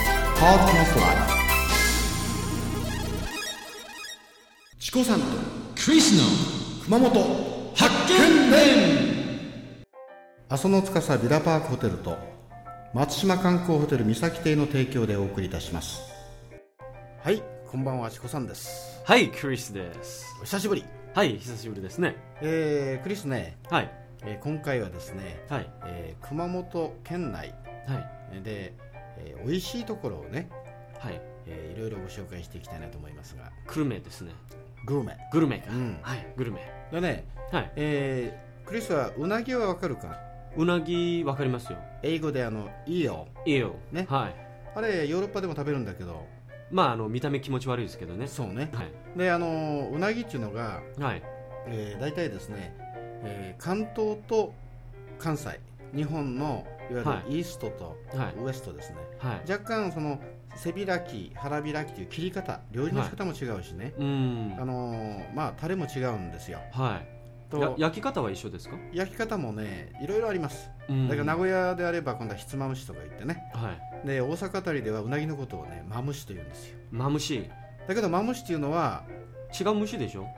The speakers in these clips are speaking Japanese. Podcast Live チコさんとクリスの熊本発見伝阿蘇の司ビラパークホテルと松島観光ホテル三崎邸の提供でお送りいたしますはいこんばんはチコさんですはい、クリスです。お久しぶりはい、久しぶりですね。えー、クリスね、はい、えー今回はですね、はい、えー熊本県内はい、で、えー、美味しいところをね、はい。えーいろいろご紹介していきたいなと思いますがグルメですね。グルメグルメか。うんはい、グルメ。だねはい。えー、クリスはうなぎはわかるかうなぎ、わかりますよ。英語であのいいよいいよ。ねはい。あれヨーロッパでも食べるんだけどまあ、あの、見た目気持ち悪いですけどね。そうねはい。であのうなぎっていうのが、はい。えー、大体ですね、えー、関東と関西日本のいわはゆるイーストとはい。ウエストですね、はい。若干その背開き腹開きという切り方料理の仕方も違うしね、うーん。あのーまあタレも違うんですよはい。やと焼き方は一緒ですか焼き方もねいろいろありますうんだから名古屋であれば今度はひつまぶしとか言ってねはい。で大阪あたりではうなぎのことをねマムシと言うんですよマムシ。だけどマムシっていうのは違う虫でしょ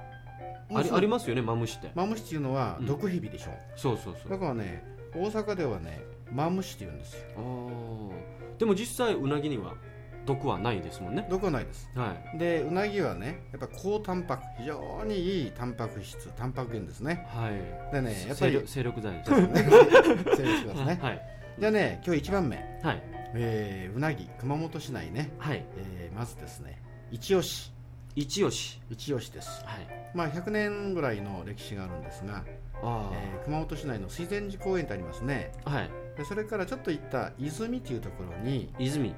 ありありますよね、マムシって。マムシっていうのはうん毒蛇でしょ、そうそうそうだ。からね大阪ではねマムシって言うんですよあーでも実際、うなぎには毒はないですもんね。毒はないですはい。でうなぎはねやっぱ高タンパク非常にいいタンパク質タンパク源です ねはい。でねやっぱ精り力精力剤ですね。整理しますねはい。じゃあね今日1番目、はい。えーうなぎ熊本市内ね、はい。えーまずですね一押し一押し。一押しですはい。まあ100年ぐらいの歴史があるんですが、あえー熊本市内の水前寺公園ってありますねあ。はい。でそれからちょっと行った泉というところに泉。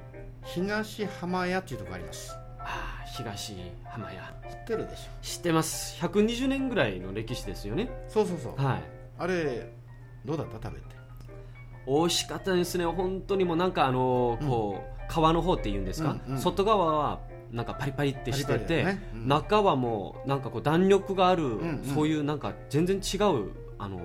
東浜屋というところがありますああ、東浜屋。知ってるでしょ知ってます。120年ぐらいの歴史ですよね。そうそうそうはい。あれどうだった食べて美味しかったですね。本当にもうなんかあのうんこう、皮の方って言うんですか、うんうん外側はなんかパリパリってしてて、パリパリだよねうん中はもうなんかこう弾力がある、んうんそういうなんか全然違うあの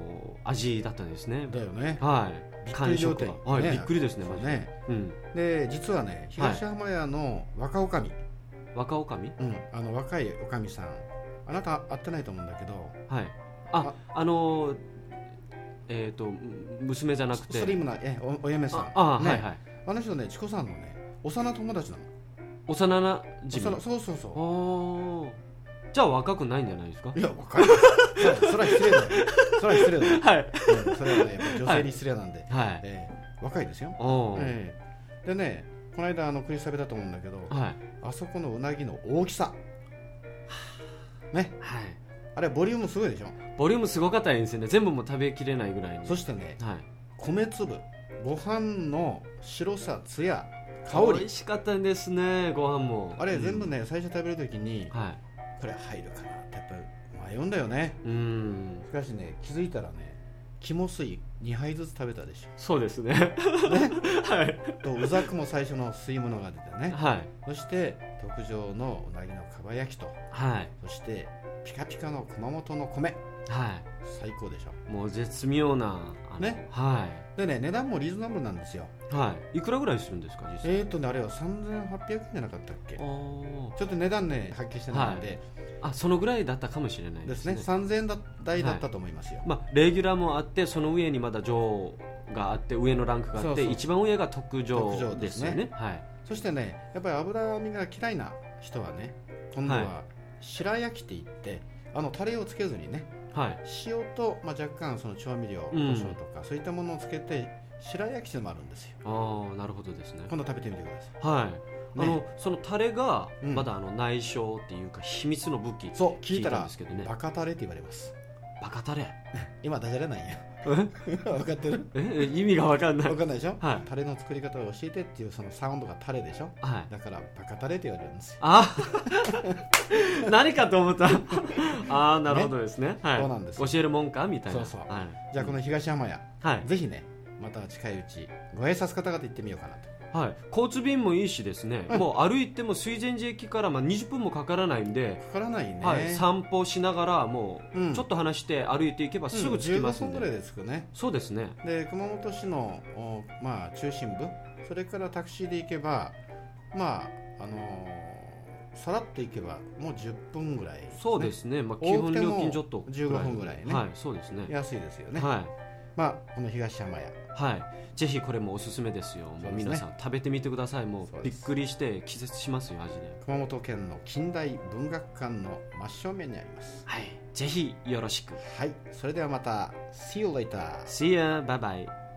味だったんですね。だよねはい。びっくり感状触態がはい、ねびっくりですね。マジでねうん。で実はね東浜屋の若おかみ、若女将。うん、あの若いおかみさんあなた会ってないと思うんだけどはい。あ、あのーえっ、とむ娘じゃなくて、スリムなえおお嫁さんあ、あー、ねはいはい。あの人ねチコさんのね幼友達なの幼なじみ。幼あそうそうそーじゃあ若くないんじゃないですかう。いや若いそれは失礼だよそれは失礼だよ はい。うんそれはね、やっぱ女性に失礼なんで、はい。えー若いですよ。おーえーでね、この間あのクリスタベだと思うんだけど、はい。あそこのうなぎの大きさ、ね、はい。あれボリュームすごいでしょ。ボリュームすごかったんですよね。全部もう食べきれないぐらいに。そしてね、はい。米粒、ご飯の白さ、つや、香美り、味しかったんですね。ご飯も。あれ全部うんね、最初食べるときにはこれ入るかなってやっぱり迷うんだよね。い。うん。しかしね、気づいたらね、肝水2杯ずつ食べたでしそうですね。ょ。ね、はい。とうざくも最初の吸い物が出てね。 はい。そして特上のうなぎのかば焼きとはい。そしてピカピカの熊本の米は最高でしょい。もう絶妙な。あのね。はでね値段もリーズナブルなんですよい。はい。いくらぐらいするんですか、実際。えー、とねあれは3800円じゃなかったっけちおーょっと値段ね発見してないんで、あそのぐらいだったかもしれないでですすねね3000円だ台だったと思いますよ、まあ、レギュラーもあってその上にまだ女王があって上のランクがあってそうそう一番上が特特上上でですすねよねはいそしてねやっぱり脂身が嫌いな人はね今度は白焼きって言ってあのタレをつけずにねはい塩と、まあ、若干その調味料胡うん椒とか、そういったものをつけて白焼きっていうのもあるんですよああなるほどですね今度食べてみてくださいはい、ねあのそのタレがうんまだあの内緒っていうか秘密の武器ってそう聞聞いいたたらんですけどねバカタレって言われますバカタレ今ダジャレなんや分かってる え意味が分かんない分かんないでしょ、はいタレの作り方を教えてっていうそのサウンドがタレでしょはいだからバカタレって言われるんですよ、あ 何かと思ったああなるほどですねはいそうなんですよ教えるもんかみたいなそうそうはい、じゃあこの東山屋、はいぜひねまた近いうちご挨拶方々行ってみようかなとはい、交通便もいいしですね、もう歩いても水前寺駅からまあ20分もかからないんで、かからないね、はい、散歩しながらもうんうちょっと話して歩いていけばすぐ着きますんうんで、 15分ぐらいで着くねそうですねで熊本市のおまあ、中心部それからタクシーで行けばまああのーさらっといけばもう10分ぐらい、そうですね、まあ、基多本くて料も金ちょっと15分ぐらいねはい、そうですね。安いですよね、はいまあこの東山屋はい、ぜひこれもおすすめですよ、そもううですね皆さん、食べてみてください、もそううでびすっくりして、気絶しますよ、味で。熊本県の近代文学館の真正面にありますはい、ぜひよろしく。はいそれではまた See you later See ya, bye bye.